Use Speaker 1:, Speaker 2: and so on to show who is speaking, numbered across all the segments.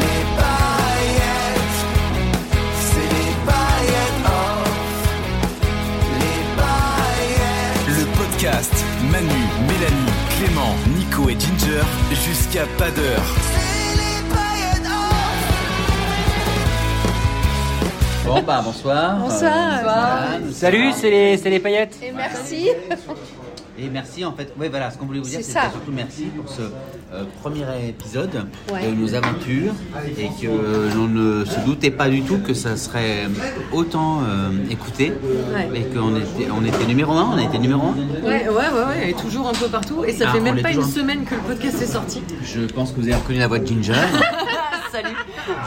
Speaker 1: Les paillettes, c'est les paillettes off. Les paillettes.
Speaker 2: Le podcast Manu, Mélanie, Clément, Nico et Ginger jusqu'à pas d'heure.
Speaker 1: C'est les paillettes off.
Speaker 3: Bon bah bonsoir. Euh,
Speaker 4: Bonsoir.
Speaker 3: Bonsoir.
Speaker 5: Salut, c'est les, c'est les paillettes.
Speaker 4: Et merci.
Speaker 3: Et merci en fait. Oui voilà, ce qu'on voulait vous dire,
Speaker 4: C'est
Speaker 3: c'était
Speaker 4: ça.
Speaker 3: surtout merci pour ce euh, premier épisode
Speaker 4: Ouais.
Speaker 3: de nos aventures et que euh, l'on ne se doutait pas du tout que ça serait autant euh, écouté
Speaker 6: Ouais.
Speaker 3: et qu'on était, on était numéro un, on a été numéro un.
Speaker 6: Ouais, ouais, ouais, ouais, et toujours un peu partout. Et ça
Speaker 3: Ah,
Speaker 6: fait
Speaker 3: on
Speaker 6: même
Speaker 3: est
Speaker 6: pas une
Speaker 3: toujours-
Speaker 6: semaine que le podcast est sorti.
Speaker 3: Je pense que vous avez reconnu la voix de Ginger.
Speaker 6: Salut.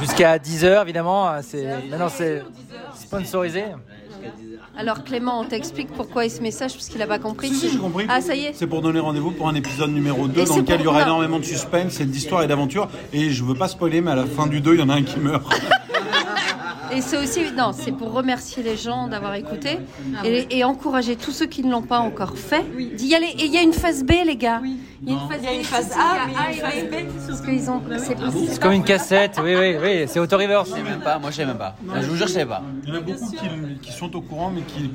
Speaker 5: Jusqu'à 10h, évidemment. euh, C'est, maintenant, c'est sponsorisé.
Speaker 4: Alors Clément, on t'explique pourquoi il ce message parce qu'il a pas compris.
Speaker 7: Si, si, j'ai compris.
Speaker 4: Ah ça y est.
Speaker 7: C'est pour donner rendez-vous pour un épisode numéro 2
Speaker 4: Et
Speaker 7: dans
Speaker 4: c'est
Speaker 7: lequel il y
Speaker 4: pour-
Speaker 7: aura
Speaker 4: non.
Speaker 7: énormément de suspense et d'histoire et d'aventure. Et je veux pas spoiler, mais à la fin du 2, il y en a un qui meurt.
Speaker 4: Et c'est aussi non, c'est pour remercier les gens d'avoir écouté et, et encourager tous ceux qui ne l'ont pas encore fait d'y aller. Et il y a une phase B les gars. Il y a une phase,
Speaker 6: Il y a une
Speaker 4: B,
Speaker 6: phase
Speaker 4: si, si,
Speaker 6: A,
Speaker 4: il
Speaker 6: mais
Speaker 4: y
Speaker 6: il y a
Speaker 4: A
Speaker 6: une
Speaker 4: et
Speaker 6: phase
Speaker 4: B.
Speaker 6: B qui
Speaker 4: Parce qu'ils ont. C'est
Speaker 5: C'est comme une cassette. Oui, oui, oui. C'est auto-reverse.
Speaker 3: Je sais même pas, moi je sais même pas. je vous jure, je sais pas.
Speaker 7: Il y en a beaucoup qui, qui sont au courant, mais qui,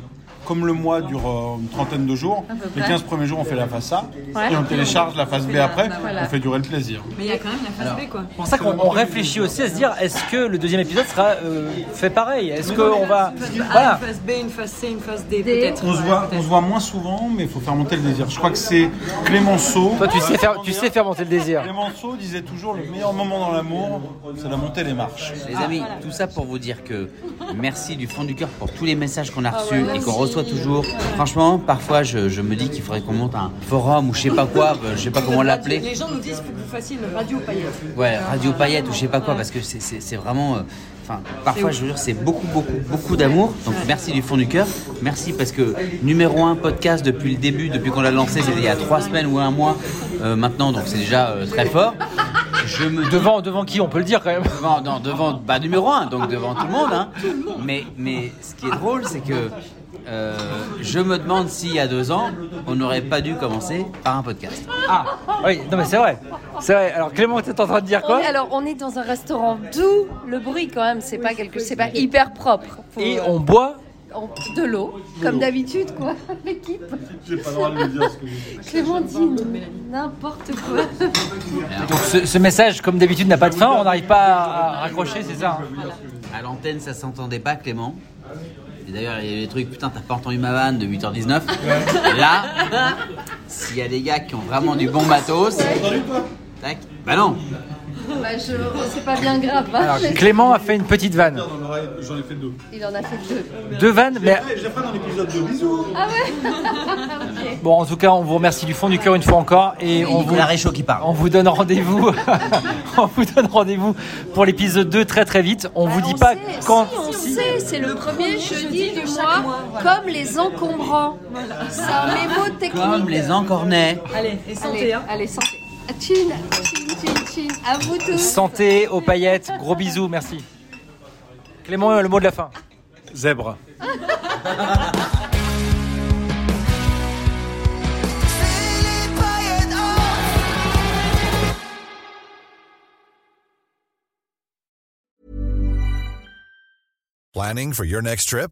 Speaker 7: comme le mois dure euh, une trentaine de jours, les 15 premiers jours, on fait la phase A.
Speaker 4: Ouais.
Speaker 7: Et on télécharge la phase B
Speaker 6: la-
Speaker 7: après.
Speaker 6: la- voilà.
Speaker 7: On fait durer le plaisir.
Speaker 6: Mais il y a quand même la phase B, quoi.
Speaker 5: C'est pour ça qu'on on réfléchit aussi à se dire est-ce que le deuxième épisode sera euh, fait pareil Est-ce qu'on va.
Speaker 6: Une phase A,
Speaker 5: Voilà.
Speaker 6: une phase B, une phase C, une phase D, peut-être.
Speaker 7: On se, voit, on se voit moins souvent, mais il faut faire monter le désir. Je crois que c'est Clémenceau.
Speaker 5: Toi, tu sais, faire, tu sais faire monter le désir.
Speaker 7: Clémenceau disait toujours le meilleur moment dans l'amour, c'est la montée des marches.
Speaker 3: Les
Speaker 6: Ah,
Speaker 3: amis, tout ça pour vous dire que merci du fond du cœur pour tous les messages qu'on a
Speaker 6: Ah,
Speaker 3: reçus et qu'on reçoit toujours. Franchement, parfois je, je me dis qu'il faudrait qu'on monte un forum ou je sais pas quoi, euh, je sais pas comment l'appeler.
Speaker 6: Les gens nous disent qu'il faut que vous fassiez une radio paillette.
Speaker 3: Ouais, Radio Paillette ou je sais pas quoi, parce que c'est- c'est c'est vraiment. euh, Enfin, parfois je vous jure, c'est beaucoup, beaucoup, beaucoup d'amour. Donc merci du fond du cœur. Merci parce que numéro un podcast depuis le début, depuis qu'on l'a lancé, c'était il y a trois semaines ou un mois euh, maintenant, donc c'est déjà euh, très fort. Je me dis-
Speaker 5: Devant, devant qui On peut le dire quand même.
Speaker 3: devant, non, devant bah, numéro un, donc devant tout le monde. hein. Mais, mais ce qui est drôle, c'est que euh, je me demande si, il y a deux ans, on n'aurait pas dû commencer par un podcast.
Speaker 5: Ah, oui, non, mais c'est vrai. C'est vrai. Alors, Clément, t'es en train de dire
Speaker 4: On
Speaker 5: quoi
Speaker 4: est- alors on est dans un restaurant d'où le bruit quand même c'est pas quelque c'est pas hyper propre. Faut- euh,
Speaker 5: Et on boit.
Speaker 4: on- de l'eau comme d'habitude quoi l'équipe.
Speaker 7: J'ai pas le droit de le dire ce que j'ai dit.
Speaker 4: Clémentine n'importe quoi.
Speaker 5: Donc, ce, ce message, comme d'habitude, n'a pas de fin. On n'arrive pas à à raccrocher, c'est ça hein
Speaker 3: À l'antenne, ça s'entendait pas, Clément. Et d'ailleurs, il y a eu des trucs, putain, t'as pas entendu ma vanne de 8h19. Là, s'il y a des gars qui ont vraiment du bon matos. Tac. Bah non,
Speaker 4: Bah, je... C'est pas bien grave. hein.
Speaker 5: Alors, Clément a fait une petite vanne.
Speaker 7: Dans l'oreille, J'en ai fait deux.
Speaker 4: Il en a fait deux.
Speaker 5: Deux vannes, mais
Speaker 7: Je les ferai dans l'épisode 2. Bisous.
Speaker 5: bon, en tout cas, on vous remercie du fond du cœur une fois encore et on vous,
Speaker 3: Nicolas Réchaud qui parle.
Speaker 5: on vous donne rendez-vous. on vous donne rendez-vous pour l'épisode 2 très très vite. On vous
Speaker 4: Bah,
Speaker 5: dit
Speaker 4: on
Speaker 5: pas
Speaker 4: sait,
Speaker 5: quand.
Speaker 4: si, on sait, c'est le, premier jeudi du mois, comme les encombrants. C'est un mémo technique. Ah,
Speaker 3: comme les encornets.
Speaker 6: Allez, et santé,
Speaker 4: Allez,
Speaker 6: hein.
Speaker 4: allez, santé. Tchin, tchin, tchin, tchin. À vous tous.
Speaker 5: Santé aux paillettes. Gros bisous, merci. Clément, le mot de la fin.
Speaker 7: Zèbre.
Speaker 1: C'est les paillettes off.
Speaker 8: Planning for your next trip?